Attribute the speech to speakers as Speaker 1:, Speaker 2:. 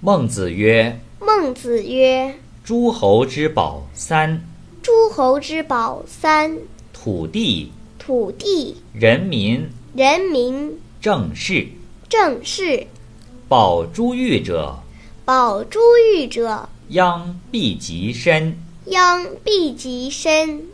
Speaker 1: 孟子曰
Speaker 2: 孟子曰：“
Speaker 1: 诸侯之宝三，：“
Speaker 2: 诸侯之宝三，
Speaker 1: 土地、
Speaker 2: 土地、
Speaker 1: 人民、
Speaker 2: 人民、
Speaker 1: 政事。
Speaker 2: 政事。
Speaker 1: 保珠玉者，
Speaker 2: 保珠玉者，
Speaker 1: 殃必及身。”
Speaker 2: 殃必及身。”